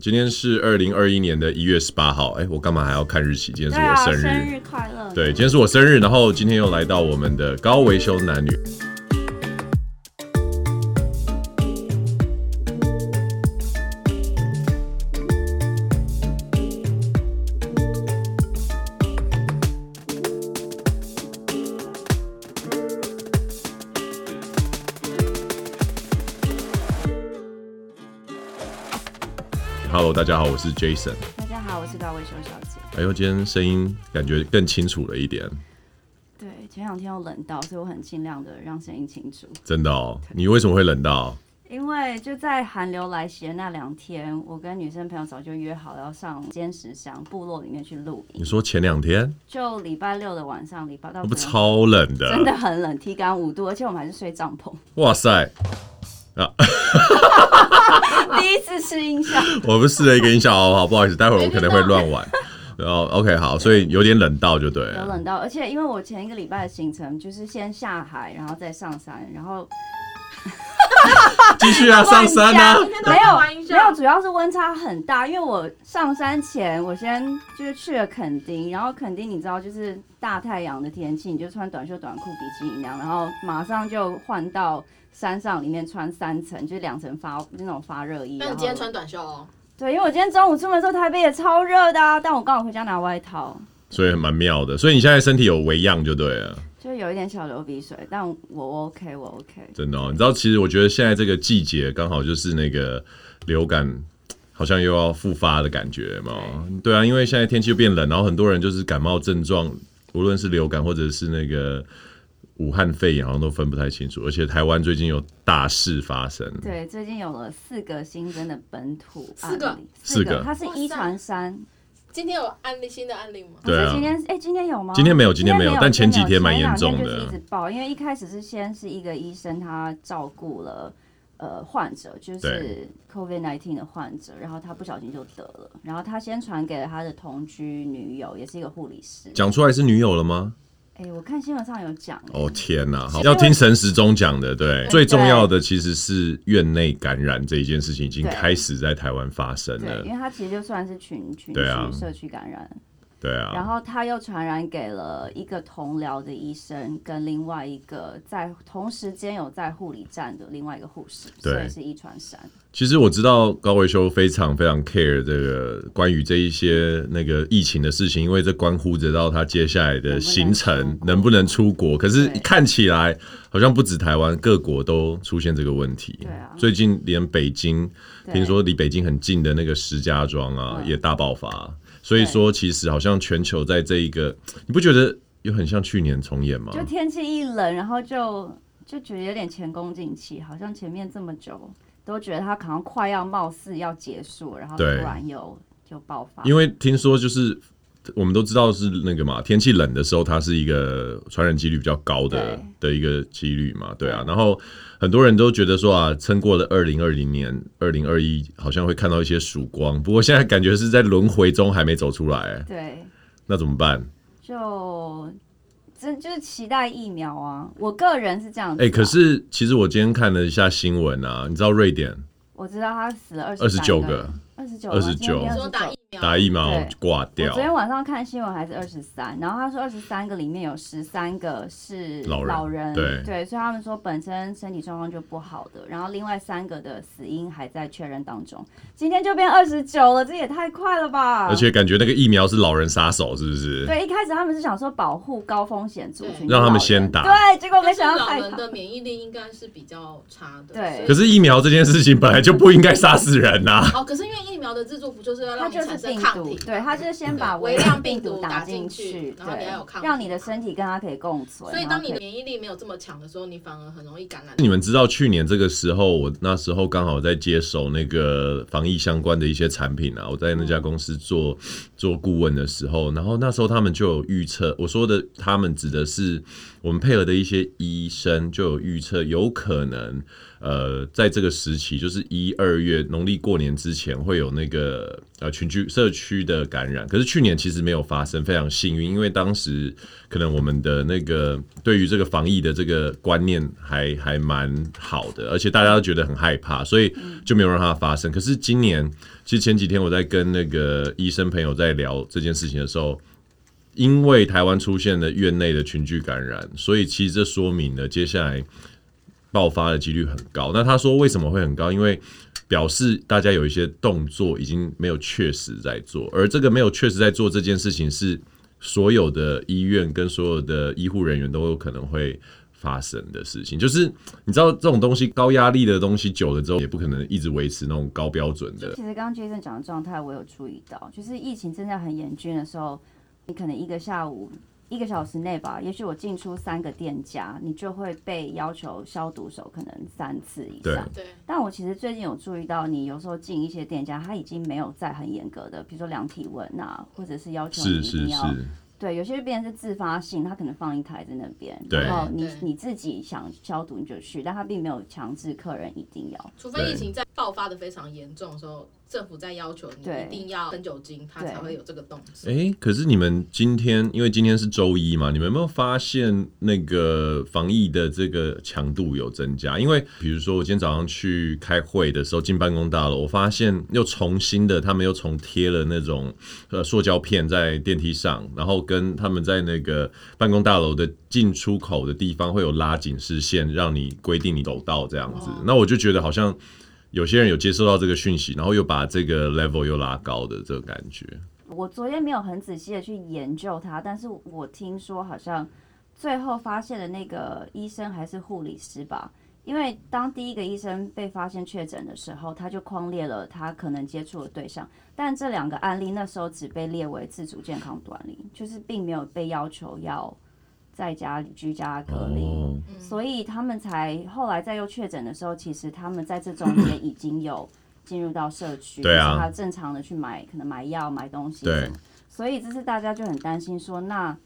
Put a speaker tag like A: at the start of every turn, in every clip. A: 今天是二零二一年的一月十八号，哎，我干嘛还要看日期？今天是
B: 对
A: 我
B: 啊，
A: 生日。
B: 生日快乐！
A: 对，今天是我生日，然后今天又来到我们的高维修男女。Hello，大家好，我是 Jason。
B: 大家好，我是高维修小姐。
A: 哎呦，今天声音感觉更清楚了一点，
B: 对，前两天我冷到，所以我很尽量的让声音清楚。
A: 真的哦。你为什么会冷到？
B: 因为就在寒流来袭的那两天，我跟女生朋友早就约好要上尖石乡部落里面去露营
A: 你。说前两天
B: 就礼拜六的晚上，礼拜到
A: 那不超冷啊的，
B: 真的很冷，体感五度，而且我们还是睡 帐篷，
A: 哇塞！
B: 第一次试音效。
A: 我们试了一个音效，好不好？不好意思，待会儿我可能会乱玩。然后 OK，好，所以有点冷到就 对
B: 有
A: 了。
B: 冷到，而且因为我前一个礼拜的行程就是先下海，然后再上山，然后
A: 继续啊，上山啊！
B: 没有
C: 没
B: 没有，主要是温差很大，因为我上山前我先就是去了垦丁，然后垦丁你知道就是大太阳的天气，你就穿短袖短裤比基尼那样，然后马上就换到山上里面穿三层，就是两层发那种发热衣。
C: 那
B: 然
C: 你
B: 后
C: 今天穿短袖哦，
B: 对，因为我今天中午出门的时候台北也超热的、啊，但我刚好回家拿外套，
A: 所以蛮妙的。所以你现在身体有微恙就对了，
B: 就有一点小流鼻水，但我 OK 我 OK。
A: 真的、哦。你知道，其实我觉得现在这个季节刚好就是那个流感。好像又要复发的感觉嘛，对啊，因为现在天气又变冷，然后很多人就是感冒症状，无论是流感或者是那个武汉肺炎，好像都分不太清楚。而且台湾最近有大事发生，
B: 对，最近有了四个新增的本土案
C: 四个
B: 例，
A: 四个
B: 它是
C: 哇
B: 一
C: 塞
B: 传三，
C: 今天有案例新的案例吗？
A: 对啊
B: 可是今天哎、今天有吗？
A: 今天没有今天没有
B: 没有，
A: 但前几
B: 今
A: 天蛮
B: 没有
A: 严重
B: 前两天
A: 的
B: 就是一直爆，因为一开始是先是一个医生他照顾了。呃，患者就
A: 对
B: 是 COVID nineteen 的患者，然后他不小心就得了，然后他先传给了他的同居女友，也是一个护理师。
A: 讲出来是女友了吗？
B: 哎、我看新闻上有讲、
A: 哦天哪，好
B: 其实
A: 要
B: 我
A: 听陈时中讲的，对，最重要的其实是院内感染这一件事情已经
B: 对
A: 开始在台湾发生
B: 对，
A: 了
B: 因，为他其实就算是群群
A: 对啊
B: 区社区感染，
A: 对
B: 然
A: 啊，
B: 后他又传染给了一个同僚的医生，跟另外一个在同时间有在护理站的另外一个护士，
A: 对
B: 所以是一传三。
A: 其实我知道高维修非常非常 care 这个关于这一些那个疫情的事情，因为这关乎着到他接下来的行程能
B: 能
A: 不
B: 不
A: 能
B: 能
A: 出国。可是
B: 对
A: 看起来好像不止台湾，各国都出现这个问题。
B: 对啊
A: 最近连北京
B: 对
A: 听说离北京很近的那个石家庄啊，
B: 嗯
A: 也大爆发。所以说，其实好像全球在这一个，你不觉得又很像去年重演吗？
B: 就天气一冷，然后就就觉得有点前功尽弃，好像前面这么久都觉得他好像快要貌似要结束，然后突
A: 对
B: 然又就爆发。
A: 因为听说就是我们都知道是那个嘛，天气冷的时候，它是一个传染几率比较高的的一个几率嘛，对啊。然后很多人都觉得说啊，撑过了二零二零年、二零二一，好像会看到一些曙光。不过现在感觉是在轮回中还没走出来，
B: 对，
A: 那怎么办？
B: 就真就是期待疫苗啊，我个人是这样子啊。
A: 哎、可是其实我今天看了一下新闻啊，你知道瑞典
B: 我知道他死了二
A: 二十九
B: 个
A: 个
B: 人，二十九
A: 29
C: 你
A: 嗯
C: 说打疫苗，
A: 打疫苗
B: 对
A: 挂
B: 我
A: 掉
B: 昨，天晚上看新闻还是二十三，然后他说二十三个里面有十三个是
A: 老人对
B: 所以他们说本身身体状况就不好的，然后另外三个的死因还在确认当中。今天就变二十九了，这也太快了吧！
A: 而且感觉那个疫苗是老人杀手，是不是？
B: 对，一开始他们是想说保护高风险族群，
A: 让他们
B: 老人
A: 先打
B: 对，结果
C: 但
B: 没
C: 是
B: 想到
C: 老
B: 太
C: 人
B: 早
C: 的免疫力应该是比较差的。
B: 对
C: 所以
A: 可是疫苗这件事情本来就不应该杀死人啊呐、
C: 哦，可是因为疫苗的制作不就是要
B: 它
C: 让你
B: 就
C: 产
B: 是
C: 生
B: 病
C: 抗
B: 毒
C: 体，？
B: 对，它就是先把
C: 微
B: 微
C: 量
B: 量
C: 病
B: 病
C: 毒
B: 毒
C: 打
B: 打
C: 进
B: 进
C: 去
B: 去，
C: 然后你要有抗
B: 对，让
C: 体
B: 你的身体跟它可以共存。
C: 所以
B: 然后
C: 当
B: 可
C: 你的免疫力没有这么强的时候，你反而很容易感染。
A: 你们知道去年这个时候，我那时候刚好在接手那个防疫相关的一些产品啊，我在那家公司做做顾问的时候，然后那时候他们就有预测，我说的他们指的是我们配合的一些医生就有预测，有可能呃，在这个时期，就是一二月农历过年之前会有那个呃群居社区的感染，可是去年其实没有发生，非常幸运，因为当时可能我们的那个对于这个防疫的这个观念还还蛮好的，而且大家都觉得很害怕，所以就没有让它发生。可是今年，其实前几天我在跟那个医生朋友在聊这件事情的时候，因为台湾出现了院内的群聚感染，所以其实这说明了接下来爆发的几率很高。那他说为什么会很高？因为表示大家有一些动作已经没有确实在做，而这个没有确实在做这件事情是所有的医院跟所有的医护人员都有可能会发生的事情。就是你知道这种东西高压力的东西久了之后，也不可能一直维持那种高标准的。
B: 其实刚刚 Jason 讲的状态，我有注意到，就是疫情正在很严峻的时候，你可能一个下午、一个小时内吧，也许我进出三个店家，你就会被要求消毒手可能三次以
A: 对
B: 上。
C: 对，
B: 但我其实最近有注意到，你有时候进一些店家，他已经没有再很严格的，比如说量体温啊，或者是要求你
A: 是
B: 一
A: 是
B: 定要
A: 是，
B: 对，有些店是自发性，他可能放一台在那边，
A: 对
B: 然后你
C: 对
B: 你自己想消毒你就去，但他并没有强制客人一定要。
C: 除非
A: 对
C: 疫情在爆发的非常严重的时候，政府在要求你
B: 对
C: 一定要喷酒精，它
B: 对
C: 才会有这个动作。
A: 哎、可是你们今天，因为今天是周一嘛，你们有没有发现那个防疫的这个强度有增加？因为比如说我今天早上去开会的时候，进办公大楼，我发现又重新的，他们又重贴了那种呃塑胶片在电梯上，然后跟他们在那个办公大楼的进出口的地方会有拉警示线，让你规定你走道这样子
C: 哦。
A: 那我就觉得好像。有些人有接收到这个讯息，然后又把这个 level 又拉高的这个感觉，
B: 我昨天没有很仔细的去研究它，但是我听说好像最后发现的那个医生还是护理师吧。因为当第一个医生被发现确诊的时候，他就框列了他可能接触的对象，但这两个案例那时候只被列为自主健康管理，就是并没有被要求要在家里居家隔离。
A: 哦，
C: 嗯
B: 所以他们才后来再又确诊的时候，其实他们在这中间已经有进入到社区，
A: 对啊
B: 就是他正常的去买，可能买药、买东西。
A: 对。
B: 所以这次大家就很担心说，那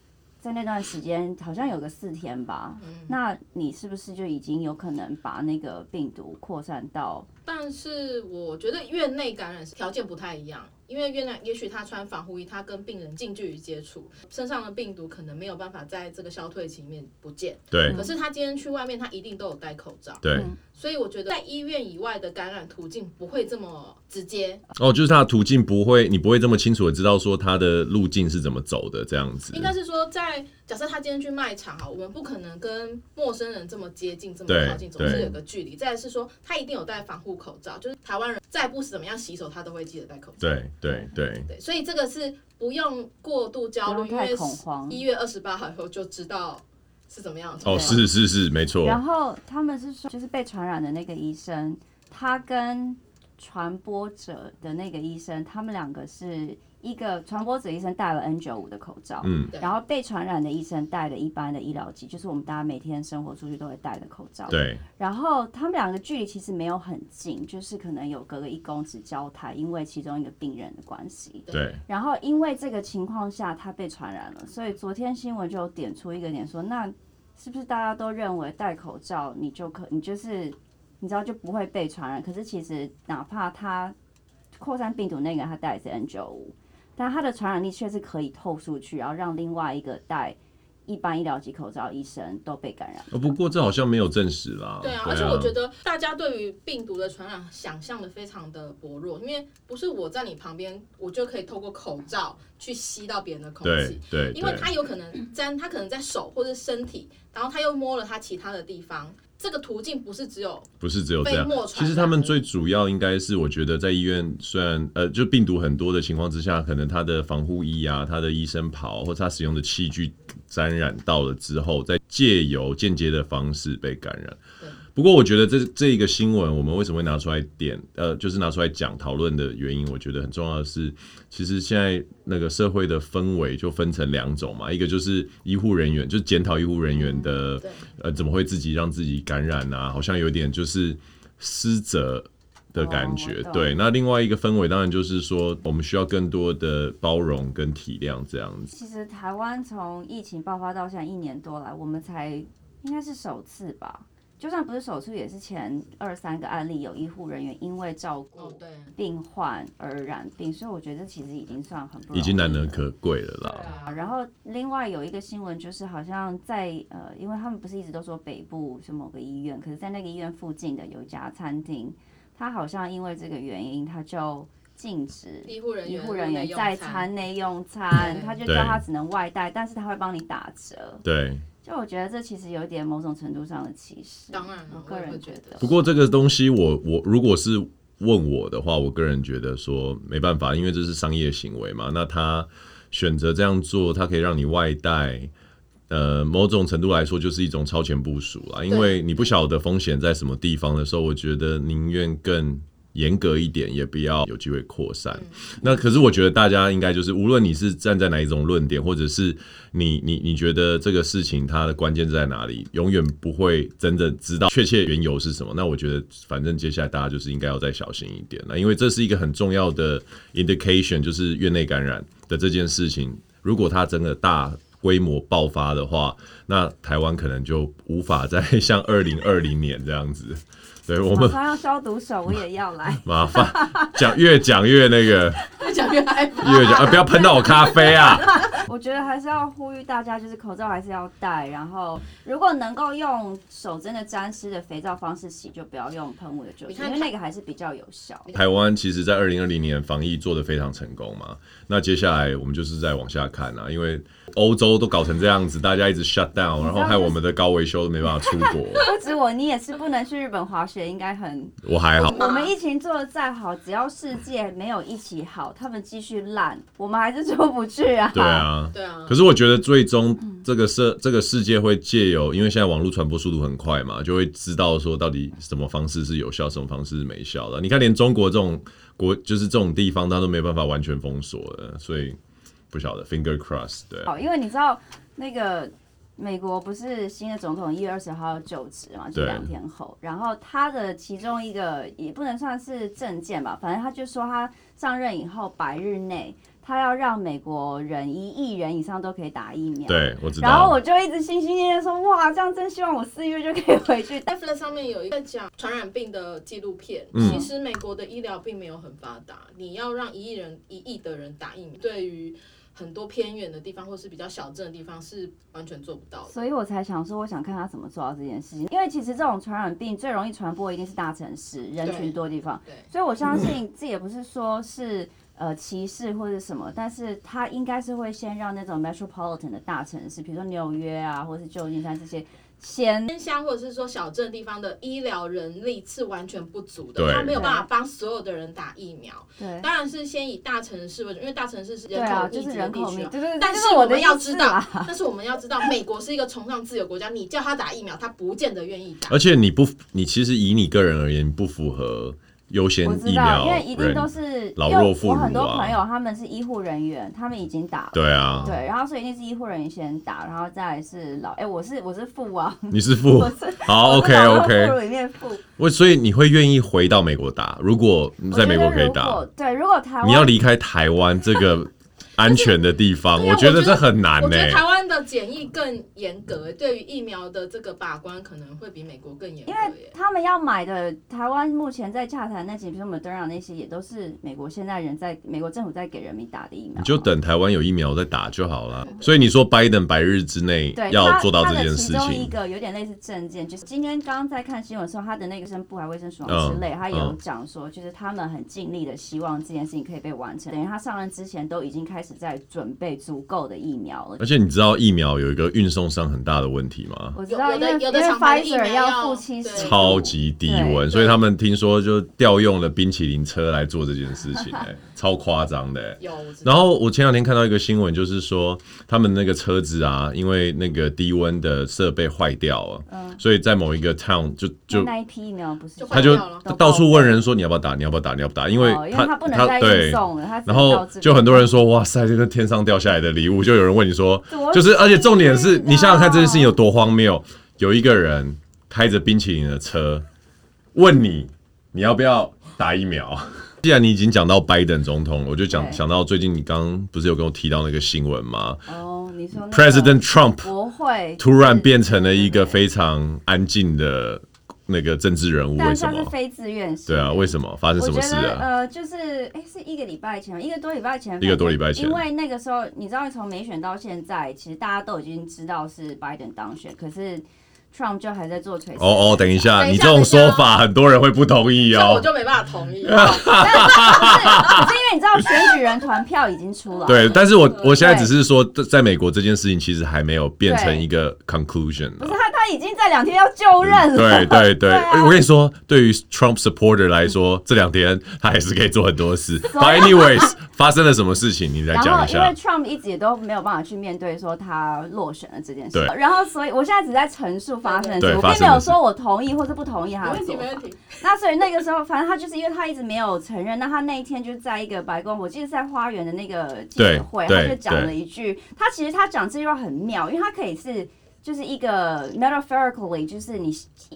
B: 在那段时间好像有个四天吧，
C: 嗯
B: 那你是不是就已经有可能把那个病毒扩散到？
C: 但是我觉得院内感染条件不太一样，因为院内也许他穿防护衣，他跟病人近距离接触，身上的病毒可能没有办法在这个消退期里面不见。
A: 对
C: 可是他今天去外面，他一定都有戴口罩，
A: 对，
B: 嗯
C: 所以我觉得在医院以外的感染途径不会这么直接，
A: 哦，就是它的途径不会，你不会这么清楚的知道说它的路径是怎么走的这样子。
C: 应该是说在假设他今天去卖场啊，我们不可能跟陌生人这么接近、这
A: 对
C: 么靠近，总
A: 对
C: 是有个距离。再来是说他一定有戴防护口罩，就是台湾人再不怎么样洗手，他都会记得戴口罩。
A: 对对对
C: 对，所以这个是不用过度焦
B: 不用
C: 虑，因
B: 太
C: 为
B: 恐慌
C: 一月二十八号以后就知道是怎么样的情
A: 哦，
B: 啊
C: 况。
A: 是是是，没错。
B: 然后他们是说，就是被传染的那个医生，他跟传播者的那个医生，他们两个是一个传播者医生戴了 N 9 5的口罩，
A: 嗯，
C: 对
B: 然后被传染的医生戴了一般的医疗机，就是我们大家每天生活出去都会戴的口罩。
A: 对
B: 然后他们两个距离其实没有很近，就是可能有隔个一公尺交谈，因为其中一个病人的关系。
A: 对
B: 然后因为这个情况下他被传染了，所以昨天新闻就有点出一个点说，那是不是大家都认为戴口罩你就可你就是你知道就不会被传染？可是其实哪怕他扩散病毒那个人他戴的是 N 9 5但他的传染力却是可以透出去，然后让另外一个戴一般医疗级口罩的医生都被感染。
A: 哦不过这好像没有证实啦。
C: 对啊，而且我觉得大家对于病毒的传染想象的非常的薄弱，因为不是我在你旁边，我就可以透过口罩去吸到别人的空
A: 对
C: 气，
A: 对
C: 因为
A: 对
C: 它有可能沾，它可能在手或者身体，然后他又摸了他其他的地方，这个途径不是只有
A: 不是只有这样
C: 被默。传
A: 其实他们最主要应该是，我觉得在医院虽然呃，就病毒很多的情况之下，可能他的防护衣啊、他的医生袍或者他使用的器具沾染到了之后，再借由间接的方式被感染
C: 对。
A: 不过，我觉得这这一个新闻，我们为什么会拿出来点呃，就是拿出来讲讨论的原因，我觉得很重要的是，其实现在那个社会的氛围就分成两种嘛，一个就是医护人员，就是检讨医护人员的
C: 对
A: 呃，怎么会自己让自己感染啊？好像有点就是失责的感觉。
B: 哦我懂
A: 对，那另外一个氛围当然就是说，我们需要更多的包容跟体谅这样子。
B: 其实台湾从疫情爆发到现在一年多来，我们才应该是首次吧，就算不是手术，也是前二三个案例有医护人员因为照
C: 哦，
B: 顾
C: 对，
B: 病患而染病，所以我觉得其实已经算很不容易
A: 已经难能
B: 了
A: 可贵了
C: 对
A: 啦。
C: 啊，
B: 然后另外有一个新闻就是，好像在呃，因为他们不是一直都说北部是某个医院，可是在那个医院附近的有一家餐厅，它好像因为这个原因，它就禁止
C: 医护人
B: 医
C: 员
B: 护人员
C: 内用
B: 在
C: 餐
B: 餐内用餐，
C: 对
B: 他就
A: 对
B: 叫他只能外带，但是他会帮你打折。
A: 对，
B: 就我觉得这其实有一点某种程度上的歧视。
C: 当然了
B: 我
C: 我
B: 个
C: 也
B: 人
C: 会
B: 觉
C: 觉
B: 得
C: 得。
A: 不过这个东西我，我如果是问我的话，我个人觉得说没办法，因为这是商业行为嘛。那他选择这样做，他可以让你外带。呃，某种程度来说，就是一种超前部署啦。因为你不晓得风险在什么地方的时候，我觉得宁愿更严格一点，也不要有机会扩散。那可是我觉得大家应该就是，无论你是站在哪一种论点，或者是你你你觉得这个事情它的关键在哪里，永远不会真的知道确切缘由是什么。那 我觉得，反正接下来大家就是应该要再小心一点了，因为这是一个很重要的 indication，就是院内感染的这件事情，如果它真的大。规模爆发的话，那台湾可能就无法再像二零二零年这样子。对我
B: 马
A: 们
B: 上要消毒手，我也要 来。
A: 麻烦讲越讲越那个，
C: 越 讲越 害怕。
A: 越讲啊，不要喷到我咖啡啊！
B: 我觉得还是要呼吁大家，就是口罩还是要戴，然后如果能够用手真的沾湿的肥皂方式洗，就不要用喷雾的酒
C: 你
B: 精，
C: 看
B: 因为那个还是比较有效。
A: 台湾其实，在二零二零年防疫做得非常成功嘛，那接下来我们就是再往下看啊，因为欧洲都搞成这样子，大家一直 shut down，然后害我们的高维修都没办法出国。
B: 不止我，你也是不能去日本滑雪，应该很。
A: 我还好，
B: 我们疫情做的再好，只要世界没有一起好，他们继续烂，我们还是出不去啊。
A: 对啊。
C: 对啊，
A: 可是我觉得最终
B: 嗯
A: 这个社这个世界会借由，因为现在网络传播速度很快嘛，就会知道说到底什么方式是有效，什么方式是没效的。你看，连中国这种国就是这种地方，它都没办法完全封锁的，所以不晓得 finger cross 对啊。
B: 好，因为你知道那个美国不是新的总统一月二十号要就职嘛，就
A: 对
B: 两天后。然后他的其中一个也不能算是政见吧，反正他就说他上任以后百日内，他要让美国人一亿人以上都可以打疫苗。。
A: 对，我知道。
B: 然后我就一直心心念念说，哇，这样真希望我四月就可以回去。但
C: Netflix 上面有一个讲传染病的纪录片，
A: 嗯
C: 其实美国的医疗并没有很发达，你要让一亿人一亿的人打疫苗，对于很多偏远的地方或是比较小镇的地方是完全做不到的。
B: 所以我才想说，我想看他怎么做到这件事情，因为其实这种传染病最容易传播一定是大城市人群多的地方。
C: 对，
B: 所以我相信这也不是说是呃歧视或者什么，但是它应该是会先让那种 metropolitan 的大城市，比如说纽约啊，或是旧金山这些，先
C: 偏乡或者是说小镇地方的医疗人力是完全不足
A: 对
C: 的，他没有办法帮所有的人打疫苗。
B: 对
C: 当然是先以大城市为主，因为大城市是
B: 对
C: 人口
B: 啊，
C: 密
B: 就
C: 集
B: 是
C: 的
B: 人
C: 地
B: 口
C: 区
B: 密，
C: 啊。
B: 对对对，
C: 但
B: 这
C: 是
B: 是
C: 我
B: 我的
C: 们
B: 意
C: 要
B: 思
C: 知道
B: 啦，
C: 但是我们要知道，美国是一个崇尚自由国家，你叫他打疫苗，他不见得愿意打。
A: 而且你不，你其实以你个人而言，不符合优先
B: 我知
A: 疫
B: 道，
A: 苗
B: 因为一定
A: 人
B: 都是
A: 老
B: 因为
A: 弱妇孺
B: 我
A: 啊
B: 很多朋友他们是医护人员，他们已经打了。
A: 对啊，
B: 对，然后所以一定是医护人员先打，然后再来是老，哎，我是我是妇啊，
A: 你是负
B: 我是
A: 好
B: 我是
A: ，OK
B: 老弱
A: OK，
B: 妇孺里面妇，
A: 我所以你会愿意回到美国打？如果在美国可以
B: 我觉得如
A: 打
B: 果，对，如果台湾
A: 你要离开台湾这个安全的地方，
C: 对啊
A: 我觉得
C: 我觉
A: 这
C: 得
A: 很难欸
C: 我
A: 呢
C: 觉。得台湾的检疫更严格，欸对于疫苗的这个把关可能会比美国更严格
B: 因为
C: 耶。
B: 他们要买的，台湾目前在洽谈那些，比如说 Moderna 那些，也都是美国现在人在美国政府在给人民打的疫苗。
A: 你就等台湾有疫苗再打就好了。所以你说拜登百日之内
B: 对，
A: 要
B: 他
A: 做到
B: 他
A: 这
B: 的
A: 件
B: 其
A: 事
B: 中一
A: 情，
B: 个有点类似证件，就是今天刚刚在看新闻的时候，他的那个卫生部还卫生署啊
A: 嗯
B: 之类，他有
A: 嗯
B: 讲说，就是他们很尽力的希望这件事情可以被完成，等于他上任之前都已经开始在准备足够的疫苗了
A: 而。且你知道疫苗有一个运送上很大的问题吗？
B: 我知道，
C: 有
B: 因
C: 的
B: 为
C: 有
B: 因
C: 的
B: 为
C: 厂牌的疫苗
B: Pfizer 要
C: 要
B: 付七十
C: 对
B: 五，
A: 超级低温，
B: 对
A: 所以他们听说就调用了冰淇淋车来做这件事情、哎，超夸张的、哎
C: 有，我知道
A: 然后我前两天看到一个新闻，就是说他们那个车子啊，因为那个低温的设备坏掉了，
B: 嗯
A: 所以在某一个 town 就
B: 那
A: 就
B: 那一批疫苗不是
C: 就
A: 他
C: 坏
A: 就
C: 掉了
A: 他到处问人说你要不要打，你要不要打，你要不要打，因为
B: 哦因
A: 他
B: 为他不能再运
A: 对。
B: 送了，他只
A: 然
B: 能到
A: 后
B: 这边
A: 就很多人说，哇塞，这个天上掉下来的礼物，就有人问你说，
B: 怎么
A: 就是，而且重点
B: 会
A: 是
B: 呢
A: 你想想看这件事情有多荒谬。有一个人开着冰淇淋的车，问你你要不要打疫苗？既然你已经讲到拜登总统了，我就讲
B: 对
A: 想到最近你刚刚不是有跟我提到那个新闻吗
B: 哦，你说那个
A: ？President Trump
B: 国会
A: 突然变成了一个
B: 对
A: 非常安静的那个政治人物，为
B: 但
A: 什
B: 他是
A: 么？
B: 非自愿性。
A: 对啊，为什么发生
B: 嗯我
A: 什
B: 觉
A: 么事
B: 得
A: 啊？
B: 呃，就是哎、是一个礼拜前，一个多礼拜前，
A: 一个多礼拜前
B: 因为那个时候，你知道，从没选到现在，其实大家都已经知道是拜登当选，可是 Trump 就还在做锤。
A: 哦 哦，等一下，
C: 等一
A: 你
C: 下
A: 这种说法很多人会不同意
C: 像我
A: 哦。
C: 就没办法同 意。
B: 但是可是因为你知道选举人团票已经出来，
A: 对，但是我我现在
B: 对
A: 只是说，在在美国这件事情其实还没有变成一个 conclusion
B: 不
A: 啊
B: 是他他已经在两天要就任了。
A: 对对 对，
B: 啊
A: 我跟你说，对于 Trump supporter 来说，这两天他还是可以做很多 事。
B: 以啊
A: But anyways，发生了什么事情，你再
B: 然
A: 讲
B: 后
A: 一，
B: 因
A: 下。
B: 为 Trump 一直也都没有办法去面对说他落选了这件事
A: 对，
B: 然后所以我现在只在陈述发生的
A: 对
B: 事，我
A: 发
B: 并
A: 生
B: 没有
A: 的事
B: 说我同意或是不同意
C: 没
B: 他的
C: 问
B: 做
C: 题，
B: 法
C: 没。问题。
B: 那所以那个时候，反正他就是因为他一直没有承认，那他那一天就在一个白宫，我记得在花园的那个记者会，
A: 对
B: 他
A: 对
B: 就讲了一句，他其实他讲这句话很妙，因为他可以是。就是一个 metaphorically，就是你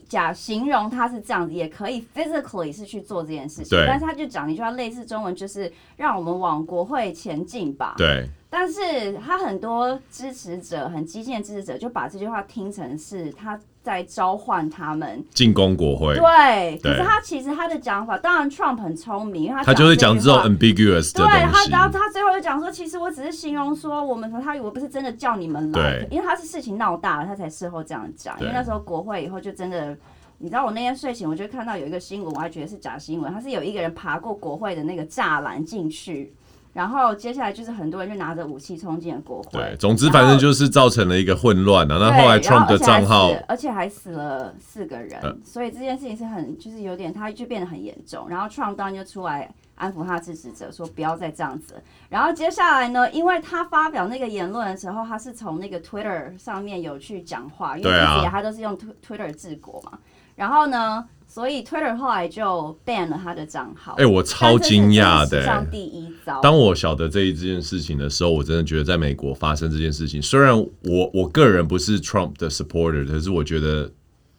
B: 假形容他是这样子，也可以 physically 是去做这件事情
A: 对。
B: 但是他就讲了一句话类似中文，就是让我们往国会前进吧。
A: 对
B: 但是他很多支持者，很激进的支持者，就把这句话听成是他在召唤他们
A: 进攻国会，
B: 对，啊可
A: 对
B: 是他其实他的讲法，当然 Trump 很聪明，因为
A: 他就会讲
B: 讲
A: 这种
B: 句话
A: ambiguous 的
B: 对他，然后
A: 东西。
B: 他最后就讲说，其实我只是形容说我们他我不是真的叫你们来
A: 对，
B: 因为他是事情闹大了，他才事后这样讲。因为
A: 对
B: 那时候国会以后就真的，你知道我那天睡醒，我就看到有一个新闻，我还觉得是假新闻，他是有一个人爬过国会的那个栅栏进去，然后接下来就是很多人就拿着武器冲进了国会。
A: 对，总之反正就是造成了一个混乱啊。那后来
B: 对
A: Trump
B: 然
A: 的
B: 而且还
A: 账号
B: 死，而且还死了四个人，
A: 呃
B: 所以这件事情是很就是有点，他就变得很严重。然后 Trump 当然就出来安抚他支持者，说不要再这样子。然后接下来呢，因为他发表那个言论的时候，他是从那个 Twitter 上面有去讲话，因为
A: 对啊
B: 自己他都是用 Tw- Twitter 治国嘛。然后呢，所以 Twitter 后来就 ban 了他的账号。
A: 哎，我超惊讶的
B: 但这是
A: 欸
B: 史上。第一招。
A: 当我晓得这一件事情的时候，我真的觉得在美国发生这件事情，虽然我我个人不是 Trump 的 supporter，可是我觉得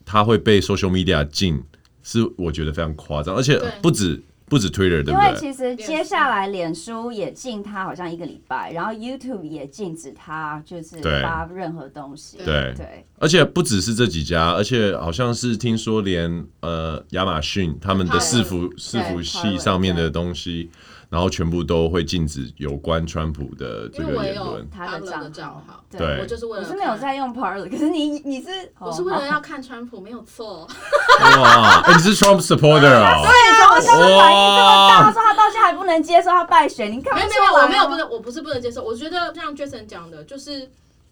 A: 他会被 social media 禁，是我觉得非常夸张，而且
C: 对
A: 不止不止 Twitter，对不
B: 因为
A: 对？
B: 其实接下来脸书也禁他好像一个礼拜，然后 YouTube 也禁止他就是
A: 对
B: 发任何东西。
A: 对
B: 对
A: 而且不只是这几家，而且好像是听说连呃亚马逊他们的伺服伺服器上面的东西，然后全部都会禁止有关川普的这
C: 因为
A: 个
C: 我也
A: 言
C: 有
A: 论。
B: 他的
C: Parler 的
B: 账
C: 账
B: 号
C: 号，
A: 对
C: 我就是为
B: 我
C: 了
B: 是没有
C: 看
B: 在用 Parler，可是你你是哦
C: 我是为了要看川普，没有错。
A: 哇，哎、你是 Trump supporter 哦？
B: 对，怎么现在反应这么
A: 哇
B: 大？说他到现在还不能接受他败选，你看
C: 没有
B: 不
C: 没
B: 出
C: 有，
B: 来
C: 我没有
B: 吗
C: 不能，我不是不能接受。我觉得像 Jason 讲的，就是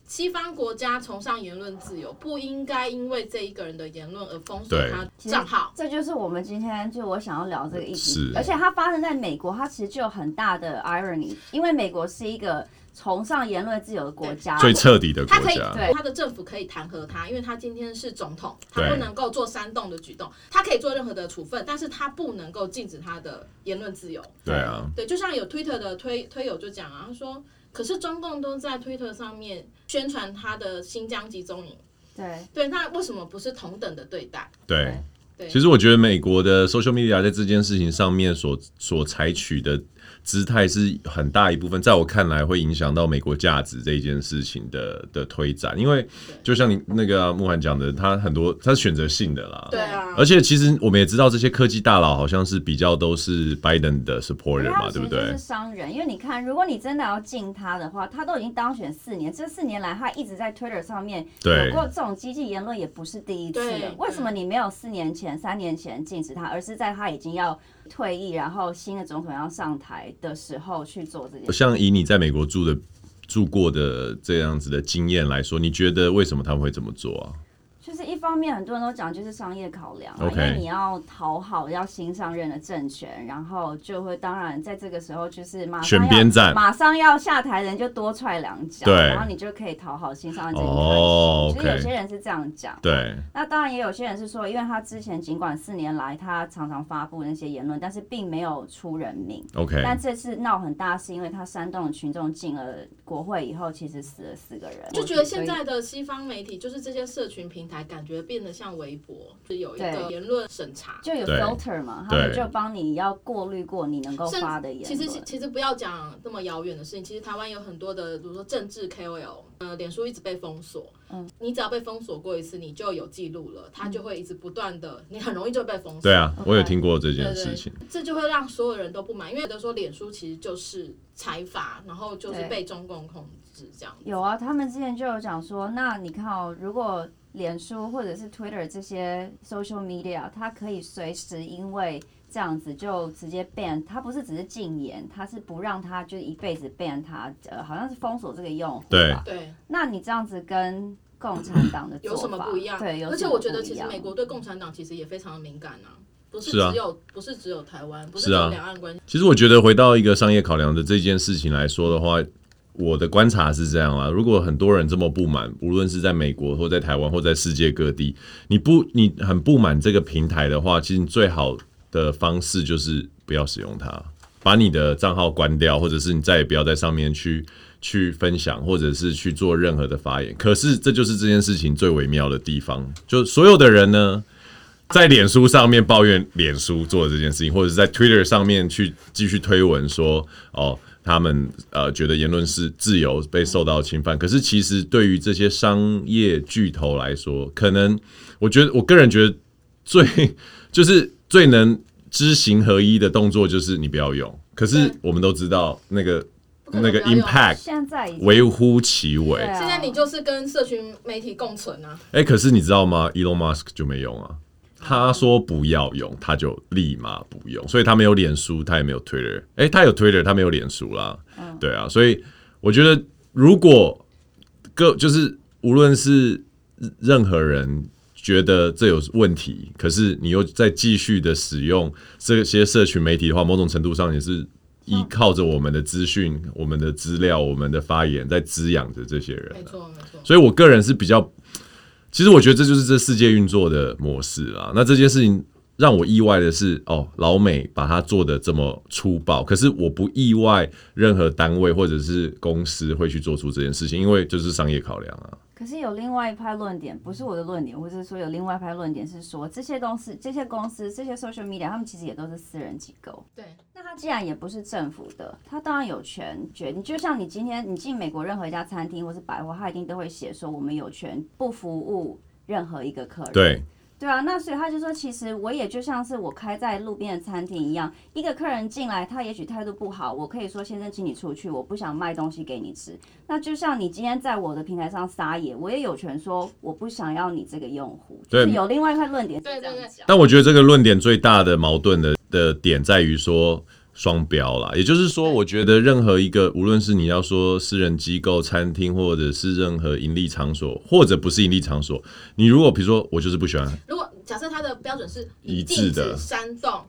C: 西方国家崇尚言论自由，不应该因为这一个人的言论而封锁
A: 对
C: 他
B: 其实
C: 账号。
B: 这就是我们今天就我想要聊这个议题
A: 是，
B: 而且它发生在美国，它其实就有很大的 irony，因为美国是一个崇尚言论自由的国家，
A: 最彻底的国
C: 他可以
A: 家，
B: 对
C: 他的政府可以弹劾他，因为他今天是总统，他
A: 对
C: 不能够做煽动的举动，他可以做任何的处分，但是他不能够禁止他的言论自由。
A: 对啊，
C: 对，就像有 Twitter 的推推友就讲啊，他说，可是中共都在 Twitter 上面宣传他的新疆集中营，
B: 对
C: 对，那为什么不是同等的对待？
A: 对。
C: 对，
A: 其实我觉得美国的 social media 在这件事情上面所所采取的姿态是很大一部分，在我看来会影响到美国价值这一件事情的的推展，因为就像你那个慕涵讲的，他很多他是选择性的啦，
C: 对啊，
A: 而且其实我们也知道这些科技大佬好像是比较都是拜登的
B: 因为
A: supporter 嘛，
B: 他啊们其
A: 对
B: 实
A: 不
B: 就
A: 对
B: 是？商人，因为你看，如果你真的要进他的话，他都已经当选四年，这四年来他一直在 Twitter 上面
A: 对
B: 有过这种激进言论，也不是第一次了
C: 对。
B: 为什么你没有四年前、三年前禁止他，而是在他已经要退役，然后新的总统要上台的时候去做这件事？
A: 像以你在美国住的住过的这样子的经验来说，你觉得为什么他们会这么做啊？
B: 就是一方面，很多人都讲就是商业考量嘛
A: OK
B: 因为你要讨好要新上任的政权，然后就会当然在这个时候就是马上
A: 选
B: 要
A: 边站
B: 马上要下台的人就多踹两脚，
A: 对
B: 然后你就可以讨好新上任政权开心。
A: 哦
B: 就是有
A: OK
B: 些人是这样讲，
A: 对
B: 那当然也有些人是说，因为他之前尽管四年来他常常发布那些言论，但是并没有出人命。
A: ，OK，
B: 但这次闹很大，是因为他煽动群众进了国会以后，其实死了四个人。
C: 就觉得现
B: 所以
C: 在的西方媒体，就是这些社群平台，感觉变得像微博，就有一
B: 对
C: 个言论审查。
B: 就有
A: 对
B: filter 嘛，他
A: 对
B: 们就帮你要过滤过你能够
C: 甚
B: 发的言
C: 其
B: 论。
C: 实其实不要讲这么遥远的事情，其实台湾有很多的，比如说政治 KOL，呃，脸书一直被封锁，
B: 嗯
C: 你只要被封锁过一次，你就有记录了，它就会一直不断的，你很容易就被封锁。
A: 对啊，
B: OK
A: 我有听过这
C: 对
A: 件
C: 对
A: 事情。
C: 这就会让所有人都不满，因为觉得说脸书其实就是财阀，然后就是
B: 对
C: 被中共控制这样子。
B: 有啊，他们之前就有讲说，那你看哦，如果脸书或者是 Twitter 这些 social media，它可以随时因为这样子就直接 ban，它不是只是禁言，它是不让它就一辈子 ban 它，呃，好像是封锁这个用户
A: 对
B: 吧。
C: 对，
B: 那你这样子跟共产党的
C: 有什
B: 做
C: 么
B: 法
C: 不一样？
B: 对，有
C: 而且
B: 什么
C: 我觉
B: 不
C: 得
B: 一
C: 其实
B: 样
C: 美国对共产党其实也非常的敏感啊，不是
A: 是啊
C: 只有、不是只有台湾，不是只
A: 是啊
C: 有两岸关系。
A: 其实我觉得回到一个商业考量的这件事情来说的话，我的观察是这样啊，如果很多人这么不满，无论是在美国或在台湾或在世界各地，你不你很不满这个平台的话，其实你最好的方式就是不要使用它，把你的账号关掉，或者是你再也不要在上面去去分享，或者是去做任何的发言。可是这就是这件事情最微妙的地方，就所有的人呢，在脸书上面抱怨脸书做的这件事情，或者是在 Twitter 上面去继续推文说哦，他们呃觉得言论是自由被受到侵犯。可是其实对于这些商业巨头来说，可能我觉得我个人觉得最就是最能知行合一的动作就是你不要用。可是
C: 对
A: 我们都知道那个
C: 不可能
A: 那个
C: 不要用
A: impact
B: 现在已经
A: 微乎其微。
B: 对啊
A: 哎、
C: 现在你就是跟社群媒体共存啊，
A: 可是你知道吗？Elon Musk 就没用啊，他说不要用，他就立马不用，所以他没有脸书，他也没有 Twitter。哎、他有 Twitter，他没有脸书啦。
B: 嗯
A: 对啊，所以我觉得如果各就是无论是任何人。觉得这有问题，可是你又再继续的使用这些社群媒体的话，某种程度上也是依靠着我们的资讯、我们的资料、我们的发言，在滋养着这些人啊、
C: 没错没错。
A: 所以我个人是比较，其实我觉得这就是这世界运作的模式啦。那这件事情让我意外的是，哦，老美把它做的这么粗暴，可是我不意外任何单位或者是公司会去做出这件事情，因为就是商业考量啊。
B: 可是有另外一派论点，不是我的论点，或者是说有另外一派论点是说，这些公司、这些公司、这些 social media，他们其实也都是私人机构。
C: 对，
B: 那它既然也不是政府的，它当然有权决定。就像你今天你进美国任何一家餐厅或是百货，它一定都会写说我们有权不服务任何一个客人。
A: 对，
B: 对啊，那所以他就说，其实我也就像是我开在路边的餐厅一样，一个客人进来，他也许态度不好，我可以说先生，请你出去，我不想卖东西给你吃。那就像你今天在我的平台上撒野，我也有权说我不想要你这个用户。
A: 对
B: 就是有另外一块论点是
C: 对
B: 这
C: 对
B: 样
C: 对
B: 讲。
A: 但我觉得这个论点最大的矛盾的的点在于说双标啦，也就是说，我觉得任何一个，无论是你要说私人机构、餐厅，或者是任何盈利场所，或者不是盈利场所，你如果比如说我就是不喜欢
C: 如果假设它的标准是
A: 一致
C: 禁止
A: 的
C: 煽动，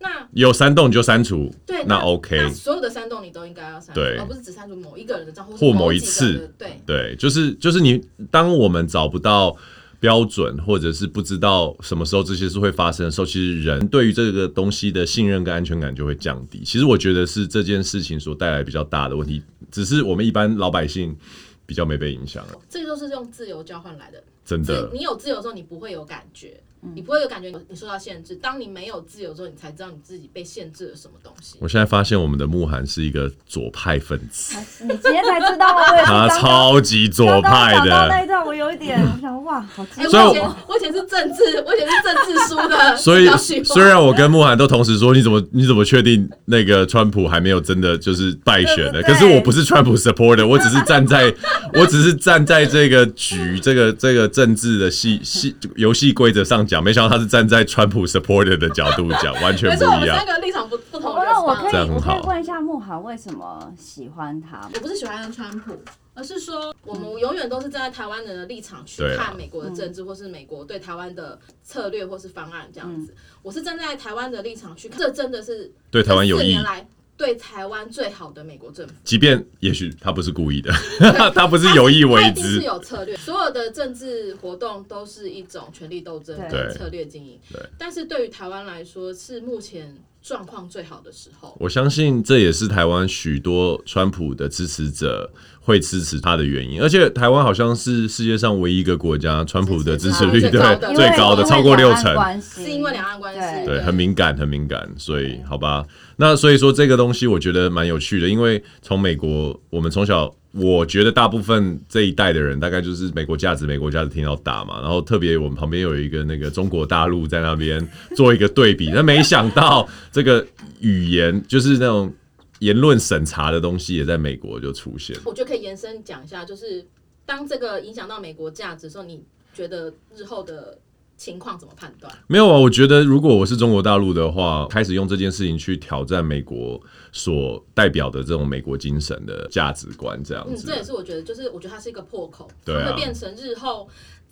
C: 那
A: 有煽动你就删除，
C: 对
A: 那
C: 那
A: OK
C: 那所有的煽动你都应该要删除，
A: 对
C: 而不是只删除某一个人的账户
A: 或
C: 是
A: 某一
C: 几个
A: 次
C: 人的对。
A: 对，就是就是你，当我们找不到标准，或者是不知道什么时候这些事会发生的时候，其实人对于这个东西的信任跟安全感就会降低。其实我觉得是这件事情所带来比较大的问题，只是我们一般老百姓比较没被影响，啊
C: 这个就是用自由交换来的。
A: 真
C: 自
A: 的。
C: 你有自由之后，你不会有感觉，
B: 嗯
C: 你不会有感觉你受到限制。当你没有自由之后，你才知道你自己被限制了什么东西。
A: 我现在发现我们的慕寒是一个左派分子，
B: 你今天才知道吗？我也是
A: 他
B: 刚刚
A: 超级左派
B: 刚刚讲到那
A: 的，
B: 一段，我有一点，我想哇，好激
C: 哎、
A: 所以
B: 动。
C: 我
A: 我
C: 以前我以前是政治，我以前是政治书 的
A: 所以
C: 小许
A: 虽然我跟慕寒都同时说，你怎么你怎么确定那个川普还没有真的就是败选呢？
B: 对对对
A: 可是我不是川普 supporter，我只是站 在我只是站在这个局这个这个政治的戏戏游戏规则上讲，没想到他是站在川普 supporter 的角度 讲，完全
C: 没
A: 不
C: 错，我
A: 一
C: 们
A: 样
C: 三。个立场不不同
B: 我
C: 人吧。
B: 哦那我可
A: 这样
B: 以，
A: 很
B: 我可
A: 好
B: 以问一下慕寒为什么喜欢他吗？
C: 我不是喜欢川普，而是说我们永远都是站在台湾人的立场去
A: 对啊
C: 看美国的政治，或是美国对台湾的策略或是方案这样子。我是站在台湾的立场去看，这真的是
A: 对台湾有
C: 这四
A: 益
C: 年，来对台湾最好的美国政府。
A: 即便也许他不是故意的， 他不是有意
C: 他
A: 为
C: 一定
A: 之
C: 是。有策略。所有的政治活动都是一种权力斗争
B: 对
C: 跟策略经营
A: 对。
C: 但是对于台湾来说，是目前状况最好的时候。
A: 我相信这也是台湾许多川普的支持者会支持他的原因，而且台湾好像是世界上唯一一个国家，川普的支持率
C: 支持
A: 对
C: 他
B: 因为
A: 最高的
B: 因为
A: 超过六
B: 两岸
A: 成，
B: 关系
C: 是因为两岸关系，
A: 对，很敏感，很敏感，所以好吧，那所以说这个东西我觉得蛮有趣的，因为从美国，我们从小我觉得大部分这一代的人，大概就是美国价值、美国价值听到打嘛，然后特别我们旁边有一个那个中国大陆在那边做一个对比，那没想到这个语言就是那种言论审查的东西也在美国就出现。
C: 我觉得可以延伸讲一下，就是当这个影响到美国价值的时候，你觉得日后的情况怎么判断？
A: 没有啊，我觉得如果我是中国大陆的话，开始用这件事情去挑战美国所代表的这种美国精神的价值观，这样
C: 嗯，
A: 子。
C: 这也是我觉得，就是我觉得它是一个破口，
A: 对啊
C: 它会变成日后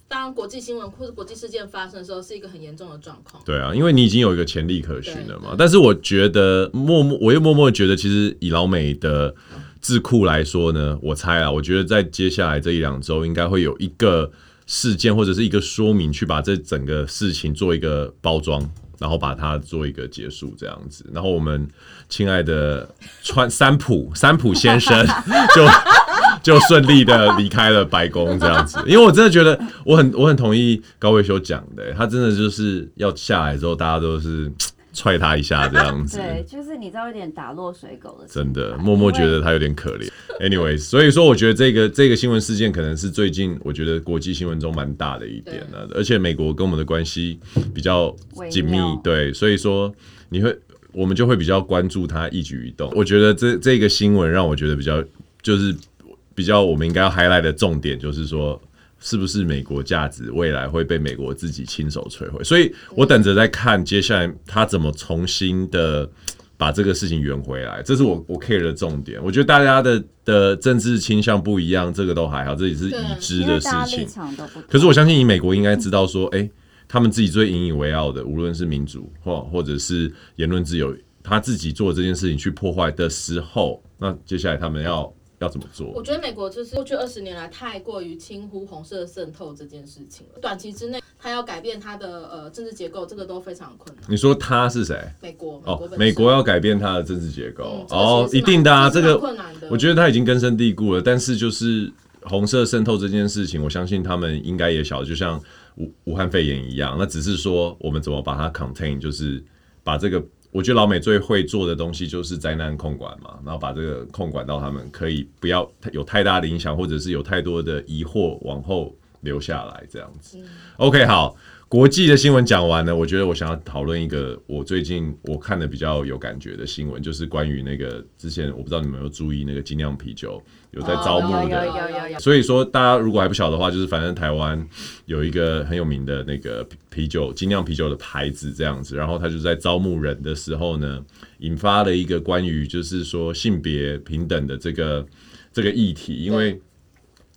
C: 当国际新闻或是国际事件发生的时候，是一个很严重的状况。
A: 对啊，因为你已经有一个潜力可循了嘛
C: 对。
A: 但是我觉得默默，我又默默地觉得，其实以老美的智库来说呢，我猜啊，我觉得在接下来这一两周，应该会有一个事件或者是一个说明，去把这整个事情做一个包装。然后把它做一个结束，这样子。然后我们亲爱的川三浦三浦先生 就就顺利的离开了白宫这样子。因为我真的觉得我很我很同意高维修讲的、他真的就是要下来之后，大家都是踹他一下这样子。
B: 对，就是你知道有点打落水狗的心态，
A: 真的，默默觉
B: 因为
A: 得他有点可怜。Anyway，所哎以说我觉得这个这个新闻事件可能是最近我觉得国际新闻中蛮大的一点呢、而且美国跟我们的关系比较紧密
B: 微妙，
A: 对，所以说你会我们就会比较关注他一举一动。我觉得这这个新闻让我觉得比较就是比较我们应该要 highlight 的重点就是说。是不是美国价值未来会被美国自己亲手摧毁？所以我等着在看接下来他怎么重新的把这个事情圆回来，这是我我 care 的重点。我觉得大家的的政治倾向不一样，这个都还好，这也是
C: 对
A: 已知
B: 因
A: 的
B: 为
A: 事
B: 大家立
A: 情。
B: 场都不同。
A: 可是我相信，以美国应该知道说，诶，他们自己最引以为傲的，无论是民主或或者是言论自由，他自己做这件事情去破坏的时候，那接下来他们要要怎么
C: 我
A: 做？
C: 觉得美国就是过去二十年来太过于轻忽红色渗透这件事情了，短期之内它要改变它的呃政治结构，这个都非常困难。
A: 你说他是谁？
C: 美国，美国
A: 哦
C: 本，身
A: 美国要改变它的政治结构
C: 嗯，这个
A: 哦，
C: 其实是
A: 一
C: 蛮
A: 定的啊，这
C: 是蛮
A: 个
C: 困难的。
A: 我觉得它已经根深蒂固了，但是就是红色渗透这件事情，我相信他们应该也晓得，就像武武汉肺炎一样，那只是说我们怎么把它 contain，就是把这个，我觉得老美最会做的东西就是灾难控管嘛，然后把这个控管到他们可以不要太有太大的影响，或者是有太多的疑惑往后留下来这样子。OK，好。国际的新闻讲完了，我觉得我想要讨论一个我最近我看的比较有感觉的新闻，就是关于那个之前我不知道你们有没有注意那个精酿啤酒有在
C: 哦
A: 招募的，
B: 有有有有有有
A: 所以说，大家如果还不晓得的话，就是反正台湾有一个很有名的那个啤啤酒精酿啤酒的牌子这样子，然后他就在招募人的时候呢，引发了一个关于就是说性别平等的这个这个议题，因为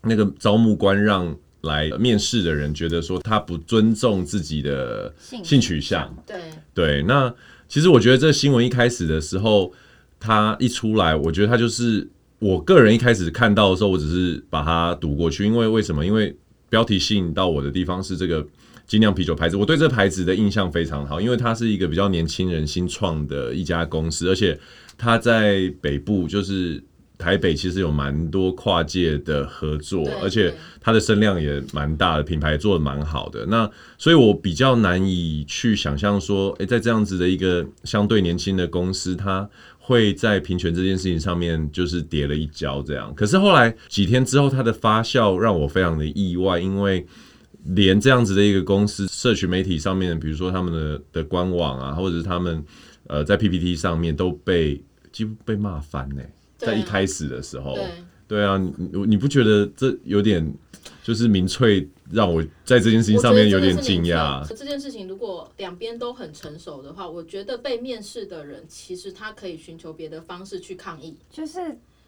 A: 那个招募官让来面试的人觉得说他不尊重自己的
B: 性
A: 性取向，
C: 对，
A: 对，那其实我觉得这新闻一开始的时候，它一出来，我觉得它就是我个人一开始看到的时候，我只是把它读过去，因为为什么？因为标题吸引到我的地方是这个精酿啤酒牌子，我对这牌子的印象非常好，因为它是一个比较年轻人新创的一家公司，而且它在北部就是。台北其实有蛮多跨界的合作
C: 对，
A: 而且
C: 对
A: 它的声量也蛮大的，品牌做的蛮好的。那所以我比较难以去想象说，诶、在这样子的一个相对年轻的公司，它会在平权这件事情上面就是跌了一跤这样。可是后来几天之后，它的发酵让我非常的意外，因为连这样子的一个公司，社群媒体上面，比如说他们的的官网啊，或者是他们呃在 PPT 上面都被几乎被骂翻呢、
C: 对啊
A: 在一开始的时候，
C: 对，
A: 对啊，你你你不觉得这有点就是民粹让我在这件事情上面有点惊讶
C: 我觉得真的是民？粹这件事情如果两边都很成熟的话，我觉得被面试的人其实他可以寻求别的方式去抗议，
B: 就是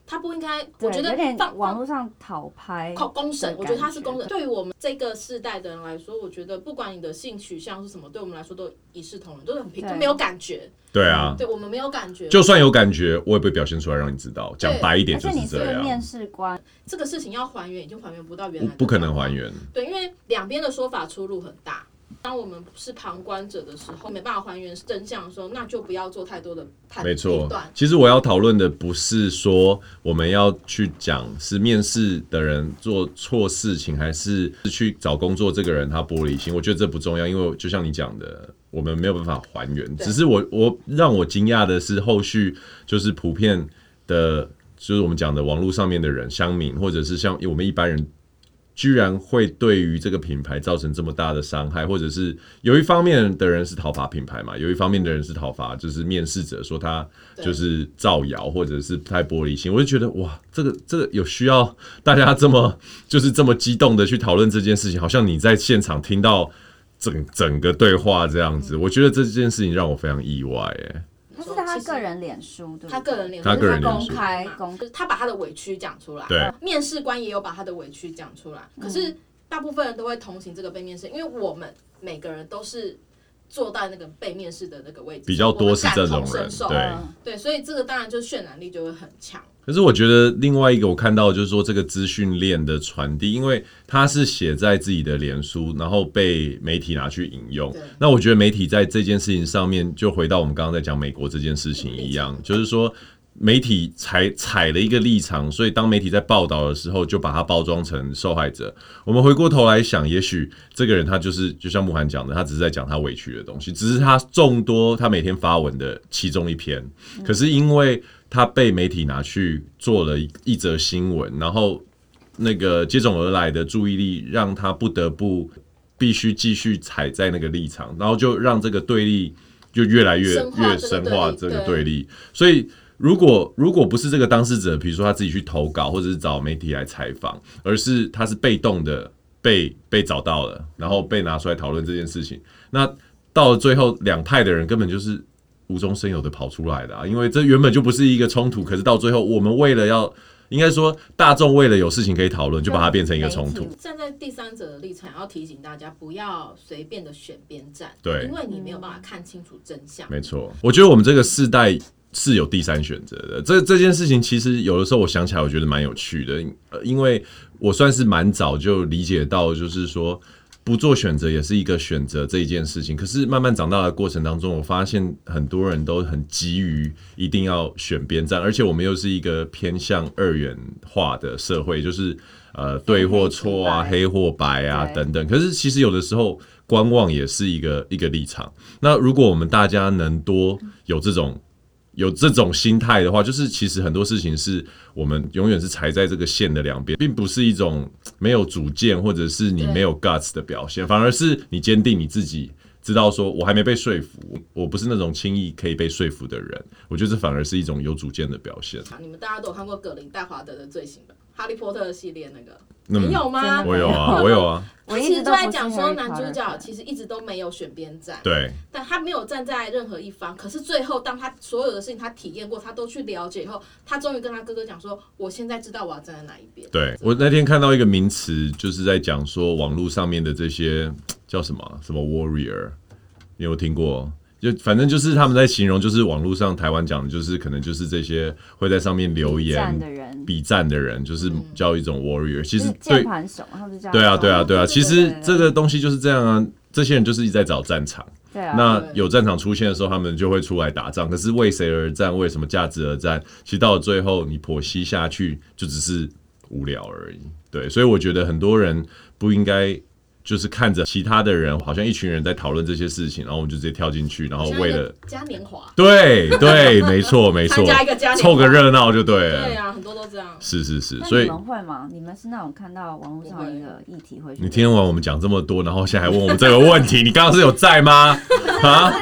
C: 他不应该，
B: 对
C: 我觉
B: 有
C: 得
B: 点
C: 放
B: 网
C: 放。
B: 络上讨拍
C: 靠公审
B: 的，
C: 我觉得他
B: 感
C: 是
B: 觉
C: 公审。对于我们这个世代的人来说，我觉得不管你的性取向是什么，对我们来说都一视同仁，都是很平，
B: 对
C: 就没有感觉。
A: 对啊，
C: 对我们没有感觉。
A: 就算有感觉，我也不会表现出来让你知道。讲白一点
B: 而
A: 就
B: 且你是
A: 这
B: 个面
A: 样，
B: 试官，
C: 这个事情要还原，已经还原不到
A: 不
C: 原来的
A: 不可能
C: 状况
A: 还。原。
C: 对，因为两边的说法出入很大。当我们是旁观者的时候，没办法还原真相的时候，那就不要做太多的判
A: 没错
C: 断，。
A: 其实我要讨论的不是说我们要去讲是面试的人做错事情，还是去找工作这个人他玻璃心。我觉得这不重要，因为就像你讲的，我们没有办法还原。
C: 对
A: 只是我我让我惊讶的是，后续就是普遍的就是我们讲的网络上面的人、乡民，或者是像我们一般人，居然会对于这个品牌造成这么大的伤害，或者是有一方面的人是讨伐品牌嘛，有一方面的人是讨伐就是面试者说他
C: 对
A: 就是造谣或者是太玻璃心，我就觉得哇，这个这个有需要大家这么就是这么激动的去讨论这件事情，好像你在现场听到整整个对话这样子，我觉得这件事情让我非常意外，哎，
B: 他是他
C: 其实
B: 个人脸书，对不对
C: 他个人脸书，
A: 他个人
C: 就
A: 脸书
C: 是
B: 公开公
C: 公，就是他把他的委屈讲出来。
A: 对，
C: 面试官也有把他的委屈讲出来，可
B: 嗯
C: 是大部分人都会同情这个被面试，因为我们每个人都是坐在那个被面试的那个位置，
A: 比较
C: 我
A: 多
C: 们
A: 是
C: 感
A: 这种
C: 同身
A: 人，
C: 受
A: 对。
B: 嗯
C: 对，所以这个当然就渲染力就会很强。
A: 可是我觉得另外一个我看到就是说这个资讯链的传递，因为它是写在自己的脸书，然后被媒体拿去引用
C: 对。
A: 那我觉得媒体在这件事情上面，就回到我们刚刚在讲美国这件事情一样，就是说。媒体踩踩了一个立场，所以当媒体在报道的时候，就把它包装成受害者。我们回过头来想，也许这个人他就是就像慕寒讲的，他只是在讲他委屈的东西，只是他众多他每天发文的其中一篇。可是因为他被媒体拿去做了一一则新闻，然后那个接踵而来的注意力让他不得不必须继续踩在那个立场，然后就让这个对立就越来越
C: 深化
A: 越
C: 这个
A: 深
C: 对立
A: 化这个
C: 对
A: 对立，所以。如果如果不是这个当事者，比如说他自己去投稿，或者是找媒体来采访，而是他是被动的被被找到了，然后被拿出来讨论这件事情，那到了最后两派的人根本就是无中生有的跑出来的、啊，因为这原本就不是一个冲突，可是到最后我们为了要，应该说大众为了有事情可以讨论，就把它变成一个冲突。
C: 站在第三者的立场，要提醒大家不要随便的选边站，
A: 对
C: 因为你
B: 嗯
C: 没有办法看清楚真相。
A: 没错，我觉得我们这个世代是有第三选择的。这这件事情其实有的时候我想起来，我觉得蛮有趣的，呃因为我算是蛮早就理解到，就是说不做选择也是一个选择这一件事情。可是慢慢长大的过程当中，我发现很多人都很急于一定要选边站，而且我们又是一个偏向二元化的社会，就是呃对或错啊、
B: 黑
A: 黑或白啊
B: 对
A: 等等。可是其实有的时候观望也是一个一个立场。那如果我们大家能多有这种有这种心态的话，就是其实很多事情是我们永远是踩在这个线的两边，并不是一种没有主见或者是你
C: 对
A: 没有 guts 的表现，反而是你坚定你自己。知道说，我还没被说服，我不是那种轻易可以被说服的人。我觉得这反而是一种有主见的表现。
C: 啊你们大家都有看过葛林戴华德的罪行吧？哈利波特系列那个，
A: 嗯
C: 你有吗？
A: 我有啊，我有啊，
B: 我
C: 他
B: 一直
C: 其实
B: 都
C: 就
B: 不
C: 在
B: 是
C: 讲
B: Harry
C: 说，男主
B: Potter
C: 角
B: 粉
C: 其实一直都没有选边站，
A: 对
C: 但他没有站在任何一方。可是最后，当他所有的事情他体验过，他都去了解以后，他终于跟他哥哥讲说：“我现在知道我要站在哪一边。”
A: 对。我那天看到一个名词，就是在讲说网络上面的这些叫什么啊什么 warrior，你有听过？就反正就是他们在形容，就是网络上台湾讲的，就是可能就是这些会在上面留
B: 这样
A: 言
B: 的人，嗯
A: 比战的人，就是叫一种 warrior。其
B: 就是
A: 实
B: 键
A: 对
B: 盘手，他们叫
A: 对啊，对啊，对啊，
B: 对
A: 其
B: 对
A: 实
B: 对
A: 这个东西就是这样啊。这些人就是一直在找战场，
B: 对啊，
A: 那
C: 对
A: 有战场出现的时候，他们就会出来打仗。可是为谁而战？为什么价值而战？其实到了最后，你剖析下去，就只是无聊而已。对，所以我觉得很多人不应该就是看着其他的人，好像一群人在讨论这些事情，然后我们就直接跳进去，然后
C: 像
A: 为
C: 一个
A: 了
C: 嘉年华，
A: 对对，没错没错
C: 参，加一个嘉年华，
A: 凑个热闹就对了。
C: 对啊，很多都这样。
A: 是是是，
B: 那
A: 所
B: 你
A: 以
B: 们会吗？你们是那种看到网络上一个议题会去？
A: 你听完我们讲这么多，然后现在还问我们这个问题，你刚刚是有在 吗？啊？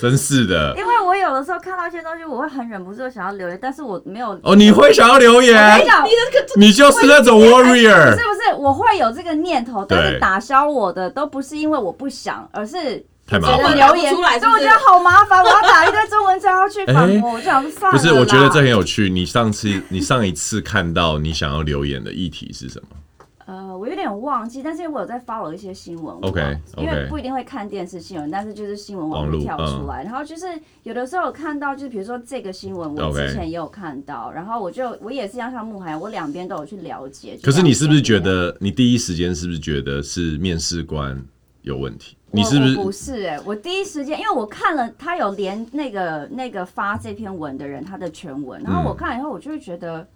A: 真是的
B: 因为我有的时候看到一些东西，我会很忍不住想要留言，但是我没有。
A: 哦，你会想要留
B: 我
A: 言
B: 跟你，讲，
A: 你就是那种 warrior
B: 是。不是我会有这个念头，但是
A: 对
B: 打消我的都不是因为我不想，而是
A: 太麻
B: 觉
A: 烦
B: 得
A: 了
B: 留言，
C: 打不出来
B: 所以我觉
C: 是不是
B: 得好麻烦，我要打一堆中文账号去反 驳，我就想说算
A: 不
B: 了。
A: 是，我觉得这很有趣。你上次你上一次看到你想要留言的议题是什么？
B: 呃，我有点忘记，但是我有在 follow 一些新闻网
A: OK，
B: 因为
A: OK
B: 不一定会看电视新闻，但是就是新闻
A: 网嗯
B: 网
A: 路
B: 络跳出来，然后就是有的时候有看到，就是比如说这个新闻，我
A: OK
B: 之前也有看到然后我就我也是一样像慕海，我两边都有去了解。
A: 可是你是不是觉
B: 就两边
A: 得你第一时间是不是觉得是面试官有问题？你
B: 我
A: 是不
B: 我不
A: 是
B: 是哎、我第一时间，因为我看了他有连
A: 嗯
B: 那个那个发这篇文的人他的全文，然后我看了以后，我就会觉得。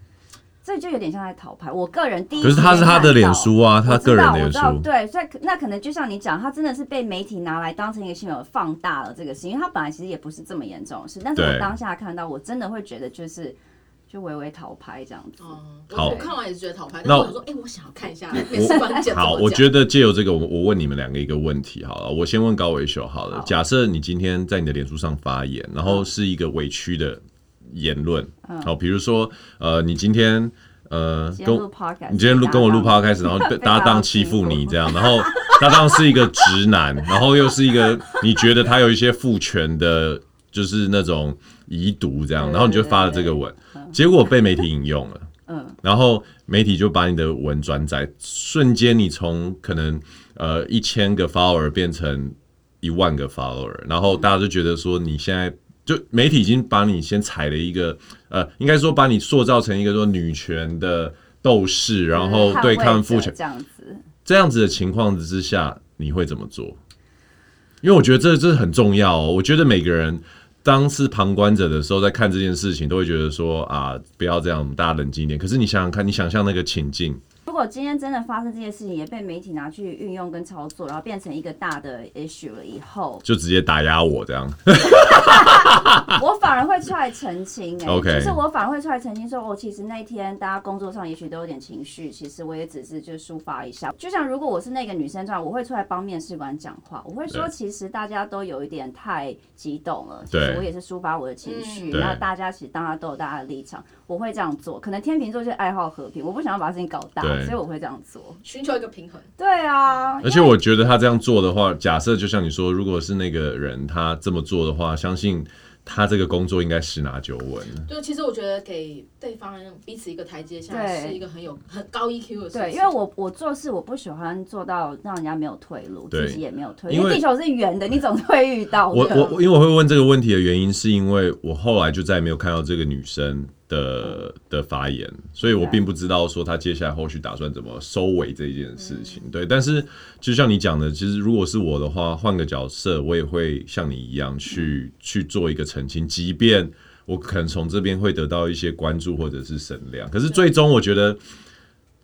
B: 这就有点像在讨牌。我个人第一，
A: 可是他是他的脸。书啊，他
B: 我
A: 个
B: 知
A: 人
B: 道，我
A: 脸
B: 知
A: 书，
B: 道，对，所以可那可能就像你讲，他真的是被媒体拿来当成一个新闻放大了这个事，因为他本来其实也不是这么严重的事，但是
A: 对
B: 我当下看到，我真的会觉得就是就微微逃拍这样子。
C: 哦，
A: 好
C: 我我看完也是觉得讨牌，但
A: 那
C: 是我想说，哎、我想要看一下美食关键 怎么讲。
A: 好，我觉得借由这个，我我问你们两个一个问题好了，我先问高维修好了。
B: 好
A: 假设你今天在你的脸书上发言，然后是一个委屈的言论，
B: 嗯
A: 好，比如说呃，你今天呃
B: 今
A: 跟
B: 天
A: 我
B: 录 podcast，
A: 你今天录跟我录
B: 大家
A: podcast，然 后被
B: 被
A: 搭
B: 搭档
A: 档欺负
B: 欺
A: 你
B: 负
A: 这样，然后搭档是一个直男，然后又是一 个你觉得他有一些父权的，就是那种遗毒这样，
B: 对
A: 然后你就发了这个文，结果被媒体引用了。
B: 嗯，
A: 然后媒体就把你的文转载，瞬间你从可能呃一千个 follower 变成一万个 follower，然后大家就觉得说你现在就媒体已经把你先踩了一个呃，应该说把你塑造成一个说女权的斗士，然后
B: 就是
A: 对
B: 嗯捍卫
A: 抗父
B: 者
A: 权
B: 这样子。
A: 这样子的情况之下，你会怎么做？因为我觉得这这很重要哦。我觉得每个人当是旁观者的时候，在看这件事情，都会觉得说啊，不要这样，大家冷静一点。可是你想想看，你想象那个情境，
B: 如果今天真的发生这些事情，也被媒体拿去运用跟操作，然后变成一个大的 issue 了以后，
A: 就直接打压我这样。
B: 我反而会出来澄清、哎
A: OK
B: 就是我反而会出来澄清说，哦，其实那一天大家工作上也许都有点情绪，其实我也只是就抒发一下。就像如果我是那个女生状态，我会出来帮面试官讲话，我会说，
A: 对
B: 其实大家都有一点太激动了，其
A: 对
B: 实我也是抒发我的情
A: 嗯
B: 绪，
A: 对
B: 那大家其实大家都有大家的立场，我会这样做。可能天秤座就是爱好和平，我不想要把事情搞大，
A: 对
B: 所以我会这样做。
C: 寻求一个平衡。
B: 对啊，
A: 而且我觉得他这样做的话，假设就像你说，如果是那个人他这么做的话，相信他这个工作应该十拿九稳。
C: 对，其实我觉得给对方彼此一个台阶下，
B: 对
C: 是一个很有很高 EQ 的事情。
B: 对，因为我我做事我不喜欢做到让人家没有退路，
A: 对
B: 自己也没有退
A: 因
B: 路，因为
A: 为
B: 地球是圆的，你总是会遇到
A: 我
B: 的。
A: 我我因为我会问这个问题的原因，是因为我后来就再也没有看到这个女生的的发言，所以我
B: 对
A: 并不知道说她接下来后续打算怎么收尾这件事情。对，但是就像你讲的，其实如果是我的话，换个角色，我也会像你一样去、去做一个澄清，即便我可能从这边会得到一些关注或者是声量，可是最终我觉得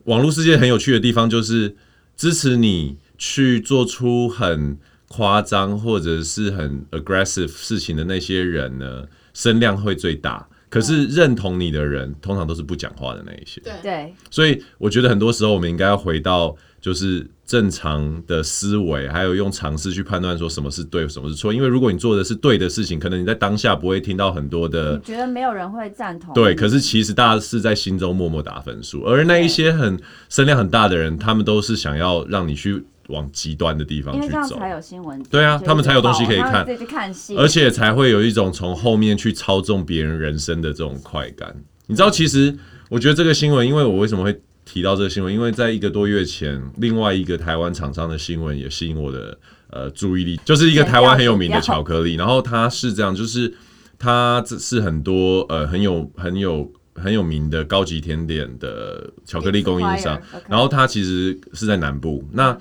A: 网络世界很有趣的地方就是支持你去做出很夸张或者是很 aggressive 事情的那些人呢，声量会最大。可是认同你的人，通常都是不讲话的那一些。
C: 对
B: 对
A: 所以我觉得很多时候我们应该要回到就是正常的思维，还有用尝试去判断说什么是对，什么是错。因为如果你做的是对的事情，可能你在当下不会听到很多的
B: 你觉得没有人会赞同？
A: 呃对，可是其实大家是在心中默默打分数，而那一些很声量很大的人，他们都是想要让你去往极端的地方
B: 因为
A: 去
B: 这样
A: 走，
B: 才有新闻点，
A: 对啊
B: 就是
A: 他们才有东西可以
B: 报
A: 看
B: 他们自己去看戏，
A: 而且才会有一种从后面去操纵别人人生的这种快感。你知道，其实我觉得这个新闻，因为我为什么会提到这个新闻，因为在一个多月前，另外一个台湾厂商的新闻也吸引我的呃注意力，就是一个台湾很有名的巧克力，然后它是这样，就是它这是很多呃很有很有很有名的高级甜点的巧克力供应商
B: Supplier，OK，
A: 然后它其实是在南部，那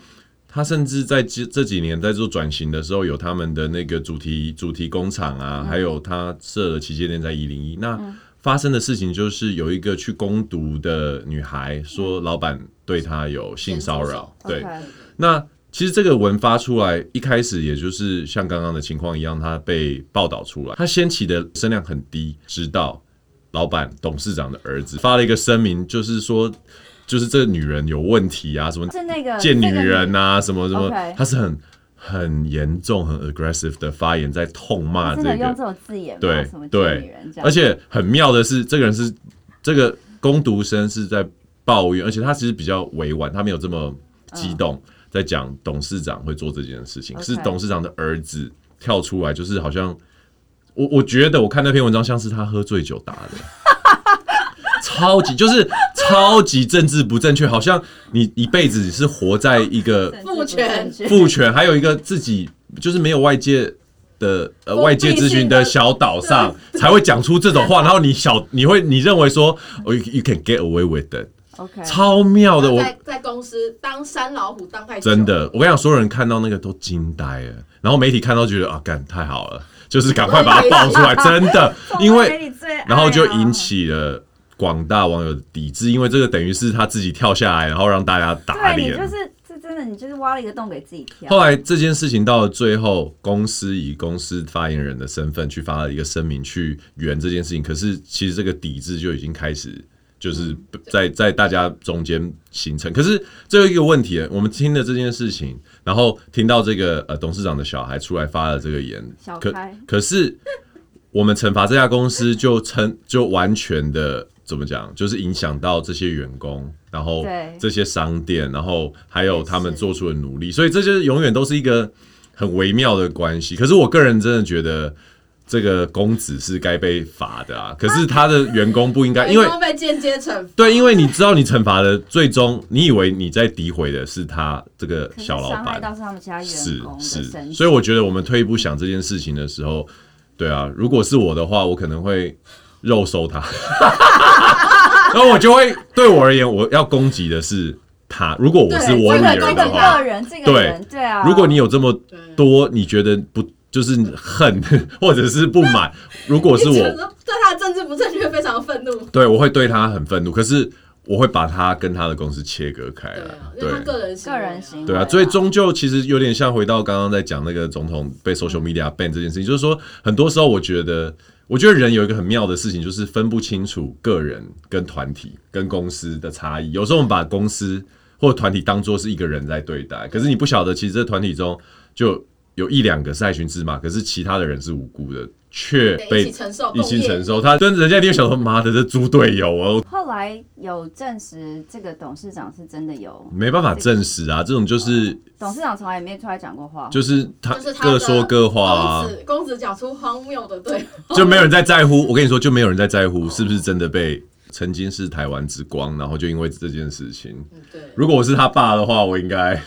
A: 他甚至在这这几年在做转型的时候，有他们的那个主题主题工厂啊，还有他设了旗舰店在一零一。那发生的事情就是有一个去攻读的女孩说，老板对她有性骚扰。
B: 嗯 OK
A: 对，那其实这个文发出来，一开始也就是像刚刚的情况一样，它被报道出来，它掀起的声量很低，直到老板董事长的儿子发了一个声明，就是说，就是这个女人有问题啊，什么
B: 是呃那个
A: 见女人呐、什么什么
B: OK，
A: 他是很很严重、很 aggressive 的发言，在痛骂这
B: 这哦个人真的用
A: 个，
B: 这种字眼吗？
A: 对
B: 什么
A: 对
B: 见女人这样，
A: 而且很妙的是，这个人是这个攻读生是在抱怨，而且他其实比较委婉，他没有这么激动，在讲董事长会做这件事情，
B: 嗯 OK
A: 是董事长的儿子跳出来，就是好像我我觉得我看那篇文章像是他喝醉酒打 的。超级就是超级政治不正确，好像你一辈子是活在一个
B: 政治
C: 父权
B: 不正确
A: 父权，还有一个自己就是没有外界的呃
C: 封闭
A: 外界资讯的小岛上才会讲出这种话，然后你小 你会你认为说哦、you you can get away with it，
B: OK，
A: 超妙的，我
C: 在在公司当山老虎当太久
A: 真，的，我跟你讲，所有人看到那个都惊呆了，然后媒体看到觉得啊，干太 好了，就是赶快把它爆出来，真的，因为
B: 你最爱啊
A: 然后就引起了广大网友的抵制，因为这个等于是他自己跳下来，然后让大家打
B: 对你
A: 脸。
B: 就是这真的，你就是挖了一个洞给自己跳。
A: 后来这件事情到了最后，公司以公司发言人的身份去发了一个声明去圆这件事情，可是其实这个抵制就已经开始。
B: 嗯
A: 就是在在大家中间形成，可是这有一个问题，我们听了这件事情，然后听到这个呃董事长的小孩出来发了这个言，
B: 小
A: 可
B: 开
A: 可是我们惩罚这家公司就成就完全的怎么讲，就是影响到这些员工，然后
B: 对
A: 这些商店，然后还有他们
B: 也是
A: 做出的努力，所以这就是永远都是一个很微妙的关系。可是我个人真的觉得。这个公子是该被罚的啊，可是他的员工不应 该，因为
C: 员工被间接惩罚，
A: 对，因为你知道你惩罚的最终，你以为你在诋毁的是他这个
B: 可是
A: 小老
B: 伤害
A: 板，
B: 到是他们其他员
A: 是
B: 工的身
A: 是，
B: 体
A: 所以我觉得我们退一步想这件事情的时候，对啊，如果是我的话，我可能会肉收他，然后我就会对我而言，我要攻击的是他。如果我是
C: 对
A: 我
B: 这
A: 女
B: 个
A: 儿
B: 这
A: 的
B: 个
A: 话
B: 个，人，这个人，对啊。
A: 如果你有这么
C: 对
A: 多，你觉得不就是恨 或者是不满，如果是
C: 你
A: 我
C: 觉，得对他的政治不正确非常愤怒。
A: 对我会对他很愤怒，可是我会把他跟他的公司切割开
C: 对
A: 来
C: 啊，，因
A: 哎对
C: 为。他个人行为啊
B: 个人行为
A: 对啊，
B: 对啊
A: 所以终究其实有点像回到刚刚在讲那个总统被 social media ban 这件事情，就是说很多时候我觉得，我觉得人有一个很妙的事情，就是分不清楚个人跟团体跟公司的差异。有时候我们把公司或团体当做是一个人在对待，可是你不晓得，其实这团体中就有一两个是害群之马，可是其他的人是无辜的，却
C: 得一
A: 被
C: 起承受，
A: 一起
C: 共业
A: 承受。他跟人家一定想说，妈的，这猪队友哦，
B: 后来有证实，这个董事长是真的有，
A: 没办法证实啊，这种就是
B: 董事长从来没出来讲过话。
A: 就是他
C: 就是他的
A: 各说各话啊
C: 公，子公子讲出荒谬的对话，
A: 就没有人在在乎。我跟你说，就没有人在在乎是不是真的被曾经是台湾之光，然后就因为这件事情。
C: 嗯对，
A: 如果我是他爸的话，我应该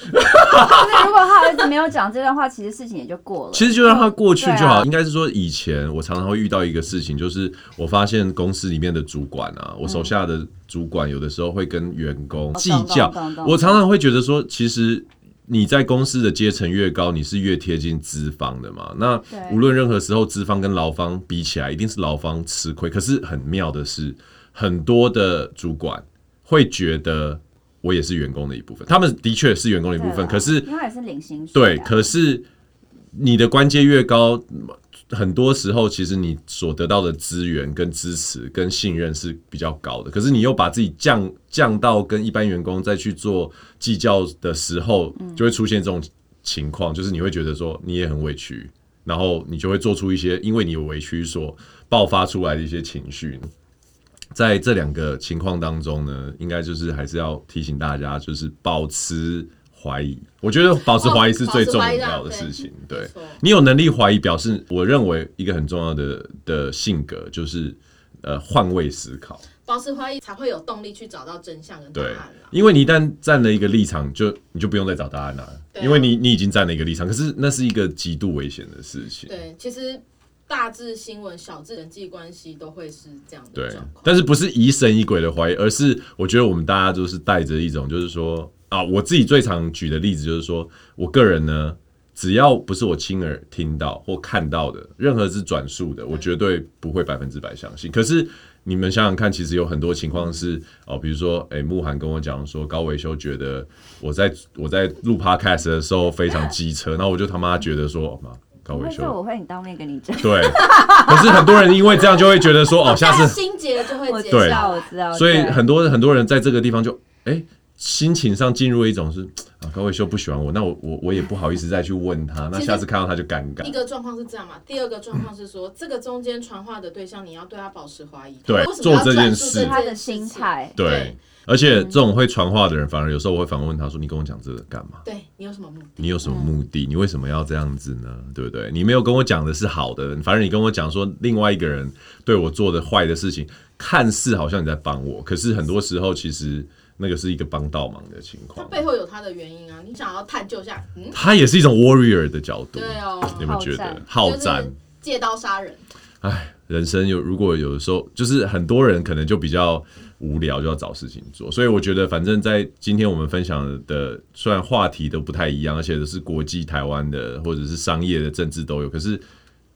B: 就是如果他儿子没有讲这段话，其实事情也就过了。
A: 其实就让他过去就好。
B: 对啊
A: 应该是说，以前我常常会遇到一个事情，就是我发现公司里面的主管啊，我手下的主管有的时候会跟员工计较
B: 懂懂懂。懂
A: 我常常会觉得说，其实。你在公司的阶层越高，你是越贴近资方的嘛？那
B: 对
A: 无论任何时候，资方跟劳方比起来，一定是劳方吃亏。可是很妙的是，很多的主管会觉得我也是员工的一部分，他们的确是员工的一部
B: 对啊
A: 分，
B: 啦
A: 可是
B: 因为他也是领薪水
A: 对，
B: 啊。
A: 可是你的官阶越高，很多时候其实你所得到的资源、跟支持、跟信任是比较高的。可是你又把自己降降到跟一般员工再去做计较的时候，就会出现这种情况，就是你会觉得说你也很委屈，然后你就会做出一些因为你有委屈所爆发出来的一些情绪。在这两个情况当中呢，应该就是还是要提醒大家，就是保持怀疑。我觉得哦保持怀疑是最重要的事情。对
C: 没错
A: 你有能力怀疑，表示我认为一个很重要的的性格就是呃换位思考。
C: 保持怀疑才会有动力去找到真相跟答
A: 对
C: 案啦。
A: 因为你一旦站了一个立场，就你就不用再找答案了，
C: 对啊
A: 因为你你已经站了一个立场。可是那是一个极度危险的事情。
C: 对，其实大致新闻、小至人际关系都会是这样
A: 对
C: 的状，况。
A: 但是不是疑神疑鬼的怀疑，而是我觉得我们大家都是带着一种，就是说啊，我自己最常举的例子就是说，我个人呢，只要不是我亲耳听到或看到的，任何是转述的，我绝对不会百分之百相信。可是你们想想看，其实有很多情况是哦，比如说，哎、慕寒跟我讲说，高维修觉得我在我在录 podcast 的时候非常机车，然后我就他妈觉得说，哦妈，高
B: 不
A: 维
B: 会
A: 修
B: 做，我会你当面跟你讲。
A: 对。 可是很多人因为这样就会觉得说，哦，下次
C: 但心结就会
B: 我
C: 结
B: 知
A: 对
C: 下
B: 道，我
C: 来。
B: 知道。
A: 所以
B: 对
A: 很多很多人在这个地方就哎、心情上进入一种是啊高伟修不喜欢我，那我我我也不好意思再去问他，那
C: 其实
A: 下次看到他就尴尬
C: 一。个状况是这样嘛，第二个状况是 说，这个中间传话的对象，你要对他保持怀疑。
A: 对
C: 他为什么要
A: 做这件
C: 转述
A: 事
C: 这
B: 他的心态。
A: 对
C: 对，
A: 而且这种会传话的人，反而有时候我会反问他说：“你跟我讲这个干嘛？
C: 对你有什么目的？
A: 你有什么目的？你为什么要这样子呢？对不对？你没有跟我讲的是好的，反正你跟我讲说另外一个人对我做的坏的事情，看似好像你在帮我，可是很多时候其实那个是一个帮倒忙的情
C: 它
A: 况。
C: 背后有它的原因啊，你想要探究一下，嗯，
A: 他也是一种 warrior 的角度，
C: 对哦，
A: 你们觉得好
C: 就
A: 战
C: 是？借刀杀人，
A: 唉，人生有如果有的时候，就是很多人可能就比较无聊，就要找事情做。所以我觉得，反正在今天我们分享的，虽然话题都不太一样，而且都是国际、台湾的，或者是商业的、政治都有，可是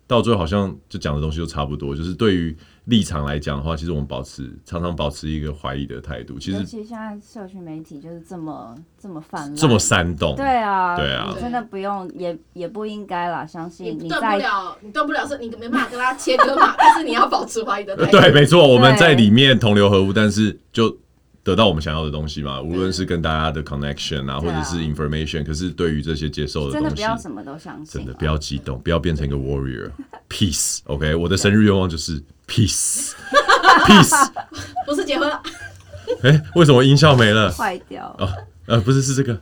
A: 到最后好像就讲的东西都差不多，就是对于立场来讲的话，其实我们保持常常保持一个怀疑的态度，其
B: 尤
A: 实
B: 其现在社群媒体就是这么这么泛滥，
A: 这么煽动，
B: 对啊，
A: 对啊
B: 你真的不用，也也不应该啦。相信
C: 你
B: 你
C: 断不
B: 在
C: 了，你断不了是，你没办法跟他切割嘛， 但是你要保持怀疑的态
A: 呃
C: 度。
A: 对，没错，我们
B: 对
A: 在里面同流合污，但是就得到我们想要的东西嘛，无论是跟大家的 connection 啊，或
B: 对啊
A: 者是 information，可是对于这些接受的
B: 真的
A: 东
B: 不
A: 西，
B: 要什么都相信
A: 真
B: 啊，
A: 的不要激动，不要变成一个 warrior，peace，OK，、我的生日愿望就是 peace，peace，
C: 不是结婚了，
A: 哎、为什么音效没了？
B: 坏掉。
A: 哦，呃，不是，是这个。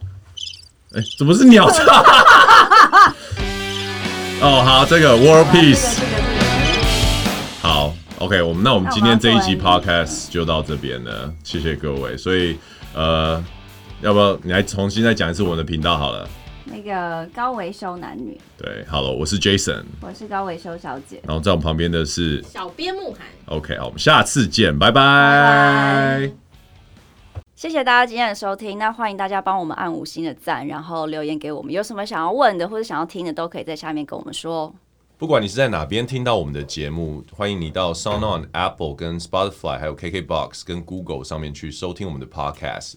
A: 哎、怎么是鸟叫？ 哦，好，这个 World
B: 这个
A: Peace，
B: 这个这个
A: 好，OK，我们那我们今天这一集
B: 那我们
A: Podcast 就到这边了，谢谢各位。所以，呃，要不要你来重新再讲一次我们的频道好了？
B: 那个高维修男女，
A: 对，好了，我是 Jason，
B: 我是高维修小姐。
A: 然后在我们旁边的是
C: 小编慕寒。
A: OK，好，我们下次见，拜
B: 拜
A: 拜
B: 谢谢大家今天的收听，那欢迎大家帮我们按五星的赞，然后留言给我们，有什么想要问的或者想要听的，都可以在下面跟我们说哦。
A: 不管你是在哪边听到我们的节目，欢迎你到 Sound On、Apple、跟 Spotify、还有 KKBox、跟 Google 上面去收听我们的 Podcast。